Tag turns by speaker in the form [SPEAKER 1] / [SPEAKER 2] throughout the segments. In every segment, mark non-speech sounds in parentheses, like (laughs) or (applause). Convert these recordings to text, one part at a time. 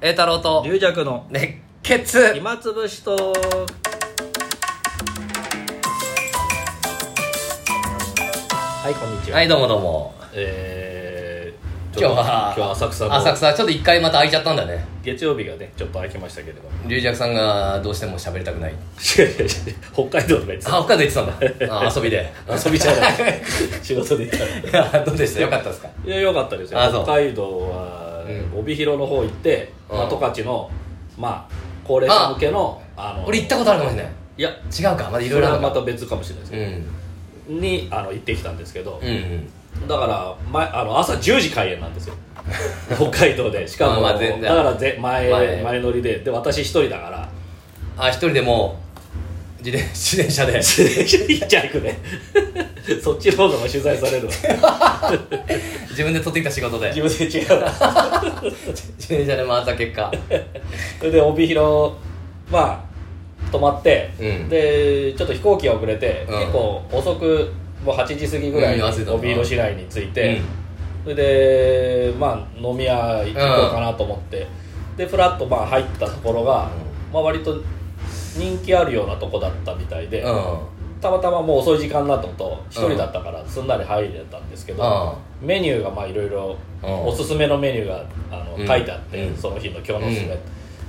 [SPEAKER 1] 栄太郎と
[SPEAKER 2] 龍尺の
[SPEAKER 1] 熱血
[SPEAKER 2] 暇つぶしとはいこんにちは、
[SPEAKER 1] はいどうもどうも
[SPEAKER 2] えー、ち
[SPEAKER 1] 今
[SPEAKER 2] ょ
[SPEAKER 1] 日
[SPEAKER 2] っと
[SPEAKER 1] は
[SPEAKER 2] 今日は浅草の
[SPEAKER 1] 浅草ちょっと一回また空いちゃったんだね
[SPEAKER 2] 月曜日がねちょっと空きましたけれども (laughs)
[SPEAKER 1] 龍尺さんがどうしても喋りたくない
[SPEAKER 2] 違う違う違う北海道とか言って
[SPEAKER 1] あ北海道行ってた
[SPEAKER 2] (laughs)
[SPEAKER 1] んだあ遊びで
[SPEAKER 2] た遊びじゃない
[SPEAKER 1] (laughs)
[SPEAKER 2] 仕事で行 (laughs) ったんで
[SPEAKER 1] いやどうでしたよかったですか
[SPEAKER 2] いやよかったですよ
[SPEAKER 1] あそう
[SPEAKER 2] 北海道は、
[SPEAKER 1] うん
[SPEAKER 2] 帯広の方行って、ま
[SPEAKER 1] う
[SPEAKER 2] あ、
[SPEAKER 1] ん
[SPEAKER 2] 十勝のまあ高齢者向けのあの
[SPEAKER 1] 俺行ったことあるかもしれない
[SPEAKER 2] いや
[SPEAKER 1] 違うかまだい
[SPEAKER 2] い
[SPEAKER 1] ろ
[SPEAKER 2] ろ
[SPEAKER 1] い
[SPEAKER 2] い
[SPEAKER 1] ろあ
[SPEAKER 2] ろ
[SPEAKER 1] るの
[SPEAKER 2] ま
[SPEAKER 1] か
[SPEAKER 2] た別かもしれないです
[SPEAKER 1] う
[SPEAKER 2] け
[SPEAKER 1] ん
[SPEAKER 2] ど、にあの行ってきたんですけど、
[SPEAKER 1] うんうん
[SPEAKER 2] だから前あの朝10時開演なんですよ北海道でしかも、
[SPEAKER 1] まあまあ全然
[SPEAKER 2] だからぜ前
[SPEAKER 1] 前
[SPEAKER 2] 前乗りでで私一人だから (laughs)
[SPEAKER 1] あ一人でもう自転 (laughs) 自転車で
[SPEAKER 2] 自転車で (laughs) 行っちゃうくねそっちの方が取材されるわ
[SPEAKER 1] 自分で取ってきた仕事で
[SPEAKER 2] 自分で違うわ
[SPEAKER 1] 自転車で回った結
[SPEAKER 2] (laughs)
[SPEAKER 1] 果
[SPEAKER 2] それで帯広まあ泊まって、
[SPEAKER 1] うん
[SPEAKER 2] でちょっと飛行機が遅れて、
[SPEAKER 1] うん
[SPEAKER 2] 結構遅くもう8時過ぎぐらいに
[SPEAKER 1] うん汗だな
[SPEAKER 2] 帯広市内に着いて、
[SPEAKER 1] うん
[SPEAKER 2] それでまあ飲み屋行こうかなと思って、でふらっとまあ入ったところが、まあ、割と人気あるようなとこだったみたいで、
[SPEAKER 1] うんうん
[SPEAKER 2] たまたまもう遅い時間だとと一人だったからすんなり入れたんですけど、メニューがまあいろいろ
[SPEAKER 1] うん
[SPEAKER 2] おすすめのメニューがあの
[SPEAKER 1] うん
[SPEAKER 2] 書いてあって、
[SPEAKER 1] うん
[SPEAKER 2] その日の今日のおすすめ、
[SPEAKER 1] うん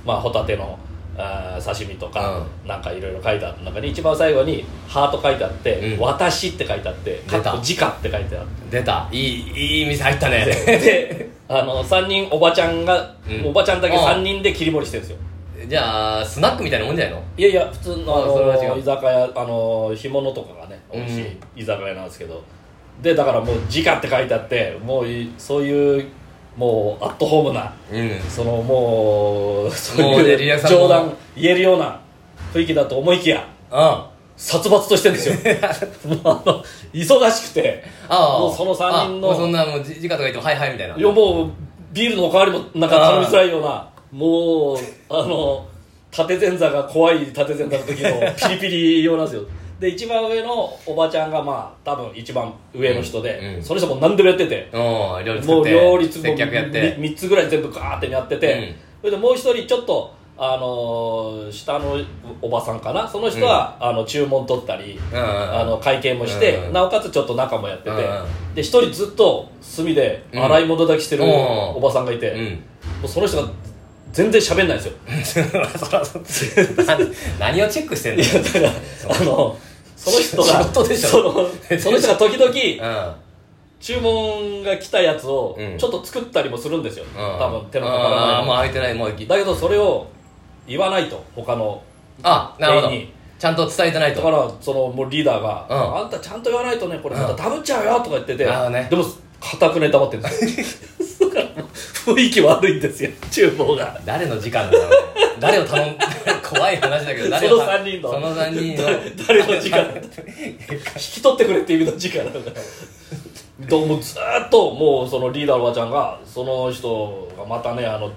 [SPEAKER 2] まあホタテのあー刺身とか、なんかいろいろ書いてあった中に一番最後に「ハート」書いてあって「
[SPEAKER 1] うん
[SPEAKER 2] 私」って書いてあって
[SPEAKER 1] 出
[SPEAKER 2] 「
[SPEAKER 1] た
[SPEAKER 2] かっこ直」って書いてあって。
[SPEAKER 1] 出たいいいい店入ったね
[SPEAKER 2] (laughs) であの3人おばちゃんが、
[SPEAKER 1] うん
[SPEAKER 2] おばちゃんだけ
[SPEAKER 1] ああ
[SPEAKER 2] 3人で切り盛りしてるんですよ
[SPEAKER 1] じゃあスナックみたいなもんじゃないの
[SPEAKER 2] いやいや普通のあ
[SPEAKER 1] あそれは違
[SPEAKER 2] の
[SPEAKER 1] う
[SPEAKER 2] 居酒屋あの干物とかがね美味しい居酒屋なんですけど、でだからもう「直」って書いてあってもういそういうもうアットホームな
[SPEAKER 1] うん
[SPEAKER 2] そのもうそう
[SPEAKER 1] もうね
[SPEAKER 2] い
[SPEAKER 1] リラ
[SPEAKER 2] う
[SPEAKER 1] さんも
[SPEAKER 2] 冗談言えるような雰囲気だと思いきや
[SPEAKER 1] うん
[SPEAKER 2] 殺伐としてるんですよもうあの忙しくて
[SPEAKER 1] ああ
[SPEAKER 2] もうその3人
[SPEAKER 1] あも
[SPEAKER 2] の
[SPEAKER 1] うそんなもうじ時間とか言ってもはいはいみたいない
[SPEAKER 2] やもうビールのおかわりもなんか頼みづらいようなもうあの縦前座が怖い縦前座の
[SPEAKER 1] (laughs)
[SPEAKER 2] 時のピリピリ用なんですよで一番上のおばちゃんがまあ多分一番上の人で、
[SPEAKER 1] うんうん
[SPEAKER 2] その人も何でもやってて
[SPEAKER 1] うん料理
[SPEAKER 2] も
[SPEAKER 1] 作っ
[SPEAKER 2] う
[SPEAKER 1] て
[SPEAKER 2] 両立
[SPEAKER 1] 接客やって
[SPEAKER 2] 3つぐらい全部ガーってやってて、
[SPEAKER 1] うん
[SPEAKER 2] それでもう一人ちょっとあのー下のおばさんかなその人は、あの注文取ったり、
[SPEAKER 1] うんうんうん
[SPEAKER 2] あの会計もして、
[SPEAKER 1] うん
[SPEAKER 2] なおかつちょっと中もやってて、
[SPEAKER 1] うんうん
[SPEAKER 2] で一人ずっと隅で
[SPEAKER 1] うん
[SPEAKER 2] 洗い物だけしてる
[SPEAKER 1] うん
[SPEAKER 2] おばさんがいて、
[SPEAKER 1] う
[SPEAKER 2] も
[SPEAKER 1] ん
[SPEAKER 2] うその人が全然喋んないんですよ
[SPEAKER 1] な (laughs) 何をチェックしてんの
[SPEAKER 2] (laughs) だからあのその人が
[SPEAKER 1] 仕事でしょ
[SPEAKER 2] そのその人が時々
[SPEAKER 1] うん
[SPEAKER 2] 注文が来たやつを
[SPEAKER 1] うん
[SPEAKER 2] ちょっと作ったりもするんですよ、
[SPEAKER 1] うん
[SPEAKER 2] 多分手のかか
[SPEAKER 1] うんあ
[SPEAKER 2] ら
[SPEAKER 1] あもう
[SPEAKER 2] ない
[SPEAKER 1] 空いてないもう
[SPEAKER 2] だけどそれを言わないと他の
[SPEAKER 1] あなるほど
[SPEAKER 2] 店員に
[SPEAKER 1] ちゃんと伝えてない
[SPEAKER 2] だ
[SPEAKER 1] と
[SPEAKER 2] からそのもうリーダーが、
[SPEAKER 1] うん
[SPEAKER 2] あんたちゃんと言わないとねこれまたダブっちゃうよ」とか言ってて、
[SPEAKER 1] あーね
[SPEAKER 2] でも固くね黙ってるんですよ
[SPEAKER 1] (laughs)
[SPEAKER 2] だから雰囲気悪いんですよ厨房が
[SPEAKER 1] 誰の時間だろうね誰を頼ん (laughs) 怖い話だけど誰を
[SPEAKER 2] その三人の
[SPEAKER 1] その3人の
[SPEAKER 2] 誰の時間
[SPEAKER 1] (laughs)
[SPEAKER 2] だって引き取ってくれっていう意味の時間だからどうもずーっともうそのリーダーのおばちゃんがその人がまたねあの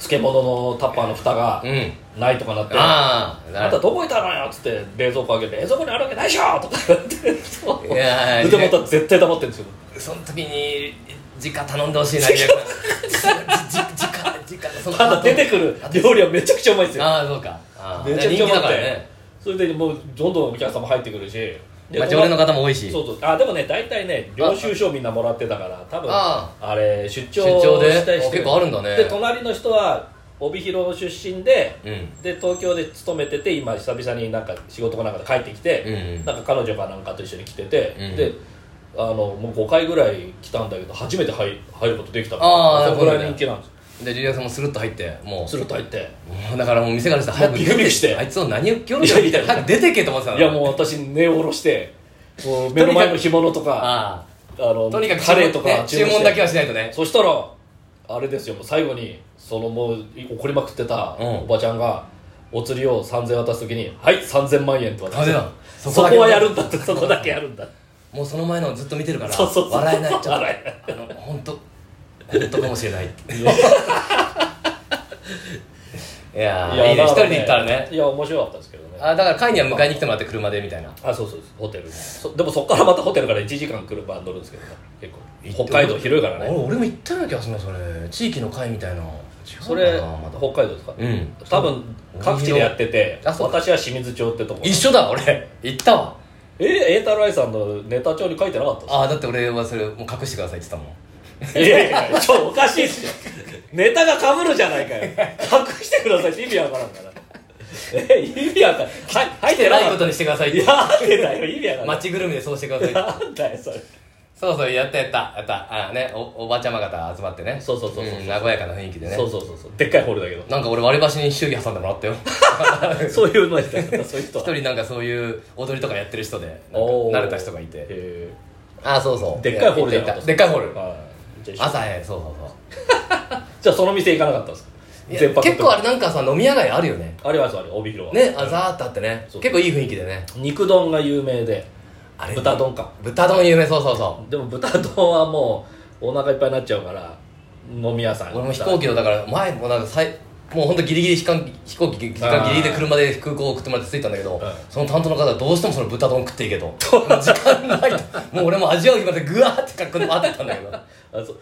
[SPEAKER 2] 漬物のタッパーの蓋 (laughs) が
[SPEAKER 1] うん
[SPEAKER 2] ないとかなって、
[SPEAKER 1] ああ
[SPEAKER 2] あ
[SPEAKER 1] なん
[SPEAKER 2] たどこいたのよっつって冷蔵庫開けて冷蔵庫にあるわけないでしょとか言ってそう
[SPEAKER 1] いやー
[SPEAKER 2] でまた絶対黙ってるんですよ
[SPEAKER 1] その時に直頼んでほしいなみたい
[SPEAKER 2] (laughs)
[SPEAKER 1] な直直直その
[SPEAKER 2] ただ出てくる料理はめちゃくちゃうまいですよ
[SPEAKER 1] ああそうかああ
[SPEAKER 2] めちゃくちゃ
[SPEAKER 1] 人
[SPEAKER 2] うま
[SPEAKER 1] 気だ
[SPEAKER 2] く
[SPEAKER 1] から
[SPEAKER 2] て
[SPEAKER 1] ね
[SPEAKER 2] それでもうどんどんお客さんも入ってくるしで
[SPEAKER 1] まあ常連の方も多いし
[SPEAKER 2] そうそうあでもね大体ね領収書みんなもらってたから多分
[SPEAKER 1] あ
[SPEAKER 2] あれ出張
[SPEAKER 1] 出張で
[SPEAKER 2] したりして
[SPEAKER 1] あ結構あるんだね
[SPEAKER 2] で隣の人は帯広出身で
[SPEAKER 1] うん
[SPEAKER 2] で東京で勤めてて今久々になんか仕事かなんかで帰ってきて、
[SPEAKER 1] うんうん
[SPEAKER 2] なんか彼女かなんかと一緒に来てて、
[SPEAKER 1] うん
[SPEAKER 2] であのもう5回ぐらい来たんだけど初めて入入ることできた
[SPEAKER 1] あー
[SPEAKER 2] そのぐらい人気なんですよ
[SPEAKER 1] でリリアさんもスルッと入ってもう
[SPEAKER 2] すると入って
[SPEAKER 1] もうだからもう店からしたら早く
[SPEAKER 2] ビクビクして
[SPEAKER 1] あいつを何を興味ないみたいな
[SPEAKER 2] やいやいや
[SPEAKER 1] 早く出てけと思ってたの
[SPEAKER 2] いやもう私根を下ろしてもう目の前の干物とか
[SPEAKER 1] あ
[SPEAKER 2] あの
[SPEAKER 1] あとにかく
[SPEAKER 2] カレーとか
[SPEAKER 1] ね注文だけは
[SPEAKER 2] は
[SPEAKER 1] しないとね
[SPEAKER 2] そしたらあれですよもう最後にそのもう怒りまくってた
[SPEAKER 1] うん
[SPEAKER 2] おばちゃんがお釣りを3000渡す時に「はい3000万円」って渡
[SPEAKER 1] あ
[SPEAKER 2] し
[SPEAKER 1] 出
[SPEAKER 2] て
[SPEAKER 1] た
[SPEAKER 2] そ
[SPEAKER 1] そこ
[SPEAKER 2] こ
[SPEAKER 1] だけ
[SPEAKER 2] はやるんだってそこだけやるんだ
[SPEAKER 1] もうその前のずっと見てるから
[SPEAKER 2] そうそうそう
[SPEAKER 1] 笑えないちょっと
[SPEAKER 2] 笑え
[SPEAKER 1] あの本当本当かもし
[SPEAKER 2] (laughs)
[SPEAKER 1] れないいやーいいね
[SPEAKER 2] だ
[SPEAKER 1] 一
[SPEAKER 2] か
[SPEAKER 1] 人
[SPEAKER 2] ら
[SPEAKER 1] で行ったらね
[SPEAKER 2] いや面白かったですけどね
[SPEAKER 1] あだから会には迎えに来てもらって車でみたいな
[SPEAKER 2] あそうそうそうホテルにそでもそこからまたホテルから1時間車乗るんですけどね結構北海道広いからね
[SPEAKER 1] 俺俺も行ったような気がするなそれ地域の会みたいな
[SPEAKER 2] それ
[SPEAKER 1] まだ
[SPEAKER 2] 北海道ですか
[SPEAKER 1] うん
[SPEAKER 2] 多分各地でやってて
[SPEAKER 1] あそう
[SPEAKER 2] 私は清水町ってとこ
[SPEAKER 1] 一緒だ俺行ったわ
[SPEAKER 2] え栄太郎愛さんのネタ帳に書いてなかった
[SPEAKER 1] ああだって俺はそれもう隠してくだ (laughs) さいって言って
[SPEAKER 2] いやいやいやちょおかしいっすよネタがかぶるじゃないかよ隠してくださいって意味わからんからえ意味わかんない入った
[SPEAKER 1] も
[SPEAKER 2] て
[SPEAKER 1] ん
[SPEAKER 2] な
[SPEAKER 1] 偉い
[SPEAKER 2] か
[SPEAKER 1] こ
[SPEAKER 2] っ
[SPEAKER 1] とにしてください
[SPEAKER 2] た
[SPEAKER 1] っ
[SPEAKER 2] い
[SPEAKER 1] て
[SPEAKER 2] や入ってないよ意味わかんない
[SPEAKER 1] 街ぐるみでそうしてくださいって
[SPEAKER 2] なんだよそれ
[SPEAKER 1] そうそうやったやったやったあねおおばちゃま方集まってね
[SPEAKER 2] そうそうそうそうん
[SPEAKER 1] 和やかな雰囲気でね
[SPEAKER 2] そうそうそうそうでっかいホールだけど
[SPEAKER 1] なんか俺割り箸に祝儀挟んでもら (laughs) ったよ
[SPEAKER 2] (laughs) そういうのやったからそういう人
[SPEAKER 1] 一人 (laughs) なんかそういう踊りとかやってる人でなんか
[SPEAKER 2] おー
[SPEAKER 1] 慣れた人がいて
[SPEAKER 2] へ
[SPEAKER 1] ああそうそう
[SPEAKER 2] でっかいホールじゃなかった
[SPEAKER 1] 行た行たでっかいホー
[SPEAKER 2] ー
[SPEAKER 1] ル
[SPEAKER 2] はいじゃあ
[SPEAKER 1] 朝早いそうそうそ
[SPEAKER 2] じゃあその店行かなかったんですか
[SPEAKER 1] ういや
[SPEAKER 2] 全泊
[SPEAKER 1] 結構あれなんかさ飲み屋街あるよね
[SPEAKER 2] ありますあれ帯広は
[SPEAKER 1] ねあざーっとあってね
[SPEAKER 2] そう
[SPEAKER 1] 結構いい雰囲気でね
[SPEAKER 2] 肉丼が有名で
[SPEAKER 1] あれ
[SPEAKER 2] 豚丼か
[SPEAKER 1] 豚丼有名そうそうそ
[SPEAKER 2] でも豚丼はもうお腹いっぱいになっちゃうから飲み屋さん
[SPEAKER 1] う俺も飛行機のだから前もなんかさいもうほんとギリギリ飛行機飛行機時間ギリギリで車で空港送ってもらって着いたんだけど、
[SPEAKER 2] うん
[SPEAKER 1] その担当の方がどうしてもその豚丼食っていけと (laughs) もう時間ないともう俺も味わう気までぐわーって格好で回ってたんだけど
[SPEAKER 2] あ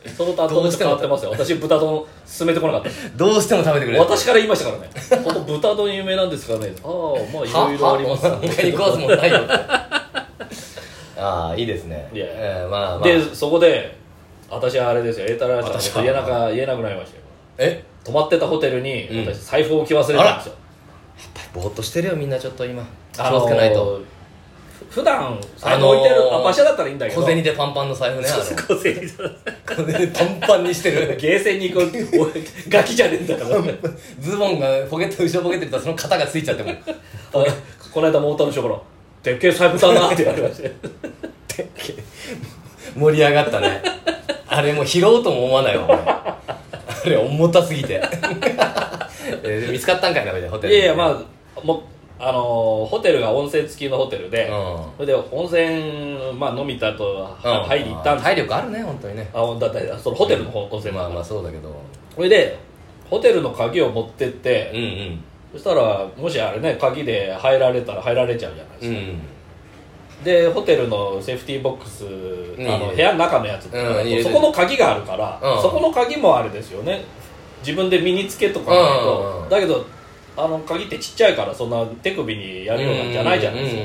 [SPEAKER 2] そその担当の人変わってますよ私豚丼勧めてこなかった
[SPEAKER 1] どうしても食べてくれ
[SPEAKER 2] 私から言いましたから
[SPEAKER 1] (laughs)
[SPEAKER 2] ねここ豚丼有名なんですかねああまあいろいろあります
[SPEAKER 1] はは他に食わすもんないよって
[SPEAKER 2] (laughs)
[SPEAKER 1] ああいいですね
[SPEAKER 2] いや
[SPEAKER 1] えーまあまあ
[SPEAKER 2] でそこで私はあれですよ栄太郎さんのこ
[SPEAKER 1] 私
[SPEAKER 2] と
[SPEAKER 1] は
[SPEAKER 2] 言えなか言えなくなりましたよ
[SPEAKER 1] え
[SPEAKER 2] 泊まってたホテルに
[SPEAKER 1] うん
[SPEAKER 2] 私財布を置き忘れたんですよ、
[SPEAKER 1] ぼーっとしてるよみんなちょっと今気
[SPEAKER 2] あの
[SPEAKER 1] をつけないと
[SPEAKER 2] ふ普段財布置いてる、
[SPEAKER 1] あのー
[SPEAKER 2] あ場所だったらいいんだけど
[SPEAKER 1] 小銭でパンパンの財布ねあの
[SPEAKER 2] (laughs) 小銭だ
[SPEAKER 1] 小銭でパンパンにして
[SPEAKER 2] (laughs)
[SPEAKER 1] る
[SPEAKER 2] ゲーセンに行く俺 (laughs) ガキじゃねえん
[SPEAKER 1] (laughs)
[SPEAKER 2] だから
[SPEAKER 1] ズボンがポケット後ろポケットにたらその肩がついちゃってもう
[SPEAKER 2] あこの間モーターの人から「でっけえ財布だな」って言われましたよ
[SPEAKER 1] 盛り上がったねあれもう拾おうとも思わないわ俺あれ重たすぎ
[SPEAKER 2] (laughs)
[SPEAKER 1] てえー見つかったんかいなみたいなホテル
[SPEAKER 2] いやいやまあもうあのーホテルが温泉付きのホテルで、
[SPEAKER 1] うん
[SPEAKER 2] それで温泉、まあ、飲みた後、
[SPEAKER 1] うん
[SPEAKER 2] 入り行ったんです
[SPEAKER 1] 体力あるね本当にね
[SPEAKER 2] あだってそのホテルの方温泉
[SPEAKER 1] ま
[SPEAKER 2] ま
[SPEAKER 1] あ
[SPEAKER 2] あ
[SPEAKER 1] まあそうだけど
[SPEAKER 2] それでホテルの鍵を持ってっ
[SPEAKER 1] うん
[SPEAKER 2] て、
[SPEAKER 1] うん
[SPEAKER 2] そしたらもしあれね鍵で入られたら入られちゃうじゃないで
[SPEAKER 1] う
[SPEAKER 2] すか、
[SPEAKER 1] ん
[SPEAKER 2] でホテルのセーフティーボックス、あの
[SPEAKER 1] うん
[SPEAKER 2] 部屋の中のやつって、
[SPEAKER 1] うん入れて
[SPEAKER 2] そこの鍵があるから、
[SPEAKER 1] うん
[SPEAKER 2] そこの鍵もあれですよね自分で身につけとかないと、
[SPEAKER 1] うんうんうん
[SPEAKER 2] だけどあの鍵ってちっちゃいからそんな手首にやるようなんじゃないじゃないですか、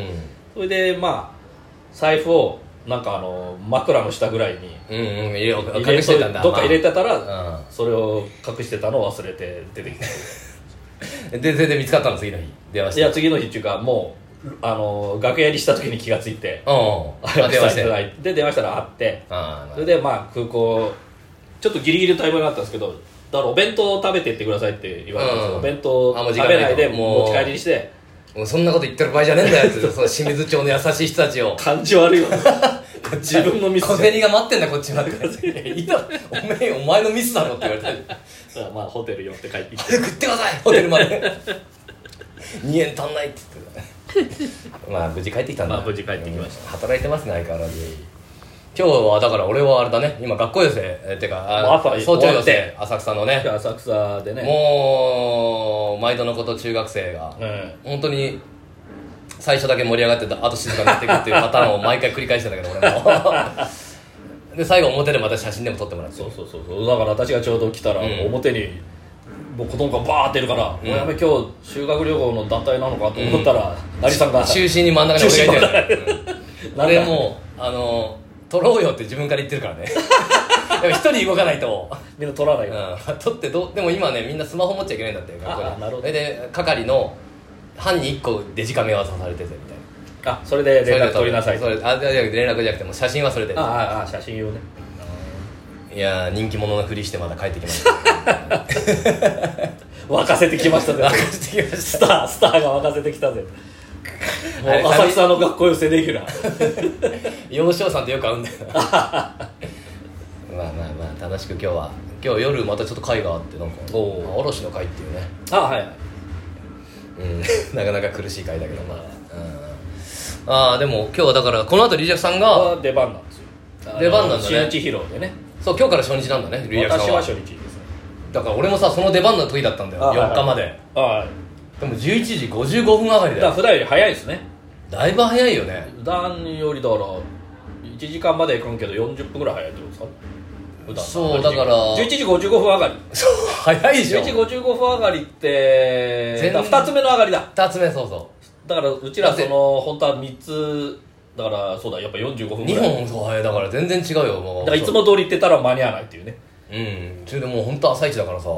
[SPEAKER 2] それでまあ財布をなんかあの枕の下ぐらいに
[SPEAKER 1] うんうんうんうん入れ
[SPEAKER 2] 入れ
[SPEAKER 1] 隠してたんだ
[SPEAKER 2] どっか入れてたら、
[SPEAKER 1] まあ
[SPEAKER 2] それを隠してたのを忘れて出てきた
[SPEAKER 1] うんで全然見つかったの次の日電話し
[SPEAKER 2] い
[SPEAKER 1] て
[SPEAKER 2] や次の日っていうかもうあの楽屋入りした時に気がついて
[SPEAKER 1] うん
[SPEAKER 2] (laughs) あ
[SPEAKER 1] あ電話して
[SPEAKER 2] ない (laughs) で電話したらあって
[SPEAKER 1] あ
[SPEAKER 2] そ
[SPEAKER 1] ー
[SPEAKER 2] れでまあ空港ちょっとギリギリのタイミングだったんですけどだからお弁当を食べてってくださいって言われたんですよ、
[SPEAKER 1] うん
[SPEAKER 2] お弁当
[SPEAKER 1] あもう時
[SPEAKER 2] 食
[SPEAKER 1] 間
[SPEAKER 2] べないで
[SPEAKER 1] ないともう
[SPEAKER 2] 持ち帰りにして
[SPEAKER 1] もうそんなこと言ってる場合じゃねえん
[SPEAKER 2] (laughs)
[SPEAKER 1] だよってその清水町の優しい人たちを
[SPEAKER 2] 感じ悪いわ
[SPEAKER 1] こっ
[SPEAKER 2] 自分のミス
[SPEAKER 1] 小銭が待ってんだこっちまでいいだろおめえお前のミスだろって言われて
[SPEAKER 2] (laughs) まあホテル寄って帰ってきて
[SPEAKER 1] 早く食ってくださいホテルま (laughs) で2円足んないって言ってたまあ無事帰ってきたんだ、
[SPEAKER 2] まあ無事帰ってきまし
[SPEAKER 1] うん働いてますね相変わらず今日はだから俺はあれだね今学校寄せえてか
[SPEAKER 2] もう
[SPEAKER 1] あ
[SPEAKER 2] 朝
[SPEAKER 1] 早朝
[SPEAKER 2] 終わ
[SPEAKER 1] 寄
[SPEAKER 2] って
[SPEAKER 1] せ浅草のね
[SPEAKER 2] 浅草でね
[SPEAKER 1] もう毎度のこと中学生が、
[SPEAKER 2] うん
[SPEAKER 1] 本当に最初だけ盛り上がってたあと静かになっていくっていうパタ (laughs) ーンを毎回繰り返してたけど俺 (laughs) もで最後表でまた写真でも撮ってもらって
[SPEAKER 2] そうそうそうそうだから私がちょうど来たら、
[SPEAKER 1] うん
[SPEAKER 2] 表にもう子供がバーっているから、もうやべ今日修学旅行の団体なのかと思ったら、有さんが
[SPEAKER 1] 中心に真ん中に置いてあるうん
[SPEAKER 2] なんだ
[SPEAKER 1] 俺もうあの撮ろうよって自分から言ってるから
[SPEAKER 2] (laughs)
[SPEAKER 1] ねでも一人動かないと
[SPEAKER 2] みんな取らないから、
[SPEAKER 1] うん撮ってどうでも今ねみんなスマホ持っちゃいけないんだって学校
[SPEAKER 2] ああなるほど
[SPEAKER 1] それで係の班に1個デジカメは刺されててみたいな
[SPEAKER 2] あそれで
[SPEAKER 1] それ
[SPEAKER 2] 連
[SPEAKER 1] で
[SPEAKER 2] 絡取りなさい
[SPEAKER 1] それあじゃあ連絡じゃなくてもう写真はそれで
[SPEAKER 2] あああ写真用ね
[SPEAKER 1] いやー人気者のふりしてまだ帰ってきま
[SPEAKER 2] (laughs)
[SPEAKER 1] した
[SPEAKER 2] 沸かせてきましたぜ
[SPEAKER 1] 沸かしてきまし
[SPEAKER 2] スタースターが沸かせてきたぜもう
[SPEAKER 1] あれ
[SPEAKER 2] 浅草の学校寄せレギュラー
[SPEAKER 1] 幼少さんとよく会うんだ
[SPEAKER 2] (laughs)
[SPEAKER 1] よなまあまあまあ楽しく今日は今日夜またちょっと会があってなんか
[SPEAKER 2] おう
[SPEAKER 1] あ嵐の会っていうね、
[SPEAKER 2] あはいはい
[SPEAKER 1] うん、な (laughs) かなか苦しい会だけどまあ、うん、ああでも今日はだからこの後リージャクさんが
[SPEAKER 2] は出番なんですよ
[SPEAKER 1] 出番なんだね
[SPEAKER 2] あの新日披露でね
[SPEAKER 1] そう今日から初日なんだねリージャクさ
[SPEAKER 2] 私
[SPEAKER 1] ん
[SPEAKER 2] は
[SPEAKER 1] は
[SPEAKER 2] 初日ですね
[SPEAKER 1] だから俺もさその出番の時だったんだよ
[SPEAKER 2] あはいはい
[SPEAKER 1] 4日まで、
[SPEAKER 2] あはい
[SPEAKER 1] でも11時55分上がりだ
[SPEAKER 2] だから
[SPEAKER 1] よ
[SPEAKER 2] 普段より早いですね
[SPEAKER 1] だいぶ早いよね
[SPEAKER 2] 普段よりだから1時間までいかんけど40分ぐらい早いってことですか普段
[SPEAKER 1] そうだから
[SPEAKER 2] 11時55分上がり
[SPEAKER 1] そう早いでしょ
[SPEAKER 2] 11時55分上がりって
[SPEAKER 1] 全
[SPEAKER 2] だから2つ目の上がりだ
[SPEAKER 1] 2つ目そうそ
[SPEAKER 2] だからうちら
[SPEAKER 1] だっ
[SPEAKER 2] そ
[SPEAKER 1] て
[SPEAKER 2] の本当は3つだからそうだやっぱ45分
[SPEAKER 1] う
[SPEAKER 2] ぐ
[SPEAKER 1] 2
[SPEAKER 2] らい
[SPEAKER 1] 本そう早いだから全然違うよもう
[SPEAKER 2] だからいつも通り行ってたら間に合わないっていうね
[SPEAKER 1] うんそれでもう本当朝一だからさ、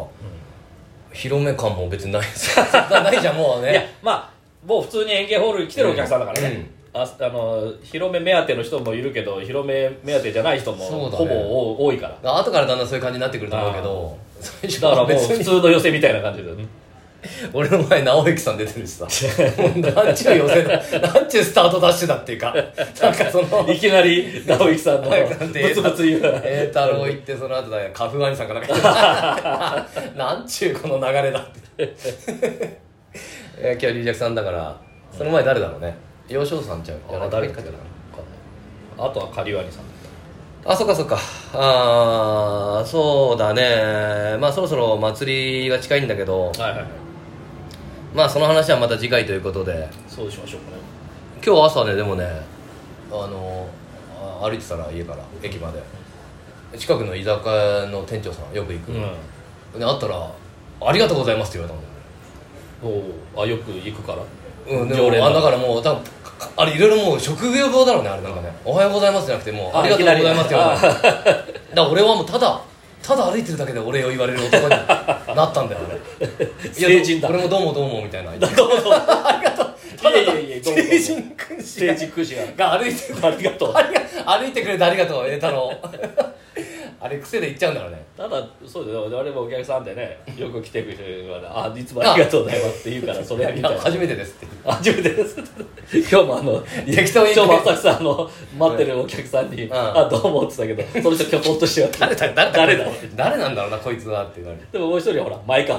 [SPEAKER 1] 広め感も別にない (laughs) ですよないじゃんもう
[SPEAKER 2] いや
[SPEAKER 1] ね
[SPEAKER 2] まあもう普通に演芸ホールに来てるお客さんだからね、ああの広め目当ての人もいるけど広め目当てじゃない人も
[SPEAKER 1] そうだね
[SPEAKER 2] ほぼ多多いから
[SPEAKER 1] 後からだんだんそういう感じになってくると思うけど最初
[SPEAKER 2] だから
[SPEAKER 1] は
[SPEAKER 2] もう
[SPEAKER 1] 別
[SPEAKER 2] 普
[SPEAKER 1] に
[SPEAKER 2] 通の寄せみたいな感じだよね
[SPEAKER 1] 俺の前直之さん出てるしさもうなんちゅう予選だなんちゅうスタートダッシュだっていうかなんかその
[SPEAKER 2] いきなり直之さ
[SPEAKER 1] (laughs)
[SPEAKER 2] んの
[SPEAKER 1] 直之さんって
[SPEAKER 2] ブツブツ言う
[SPEAKER 1] 栄太郎行ってその後だよカフワニさんかなんかなんちゅうこの流れだっていや今日龍尺さんだからその前誰だろうね幼少さんちゃういや
[SPEAKER 2] あ誰
[SPEAKER 1] か
[SPEAKER 2] か
[SPEAKER 1] じゃない
[SPEAKER 2] あとはカリワニさん
[SPEAKER 1] あそっかそっかあーそうだねまあそろそろ祭りが近いんだけど
[SPEAKER 2] はいはいはい
[SPEAKER 1] まあその話はまた次回ということで
[SPEAKER 2] そうしましょうかね
[SPEAKER 1] 今日朝ねでもねあのあ歩いてたら家から駅まで近くの居酒屋の店長さんよく行く、
[SPEAKER 2] う
[SPEAKER 1] で会ったら「ありがとうございます」って言われ
[SPEAKER 2] んおうあよく行くから
[SPEAKER 1] たもん、うん、で
[SPEAKER 2] 常連
[SPEAKER 1] も
[SPEAKER 2] だ
[SPEAKER 1] あだからもう多分かあれいろいろもう職業病だろうねあれなんかね「おはようございます」じゃなくてもう「
[SPEAKER 2] あ
[SPEAKER 1] ありがとうございます」って言われた
[SPEAKER 2] い
[SPEAKER 1] もんだから俺はもうただただ歩いてるだけでお礼を言われる男になったんだよ (laughs) 俺
[SPEAKER 2] 成人だ
[SPEAKER 1] いやど俺もどうもどうもみたいな
[SPEAKER 2] どうもどうもありがとう
[SPEAKER 1] ただ
[SPEAKER 2] いやいやいやどうもどうも
[SPEAKER 1] 成人君子
[SPEAKER 2] 成人君子が
[SPEAKER 1] が歩いてる
[SPEAKER 2] ありがとう
[SPEAKER 1] ありが歩いてくれてありがとう栄太郎 (laughs) あれ癖で言っちゃうんだろうね
[SPEAKER 2] ただそうだよ我々もお客さんでねよく来てくれる人が「あいつもありがとうございます」って言うからそ
[SPEAKER 1] い
[SPEAKER 2] れ
[SPEAKER 1] や
[SPEAKER 2] みたいな
[SPEAKER 1] 初めてですって
[SPEAKER 2] 初めてです今日もあの
[SPEAKER 1] 適当に
[SPEAKER 2] 今日も浅草の待ってるお客さんに
[SPEAKER 1] ん
[SPEAKER 2] 「あどうも」って言ったけどその人きょとっとしてやって
[SPEAKER 1] 誰だ誰だ
[SPEAKER 2] 誰だ
[SPEAKER 1] 誰なんだろうなこいつはってなる
[SPEAKER 2] でももう一人ほら前川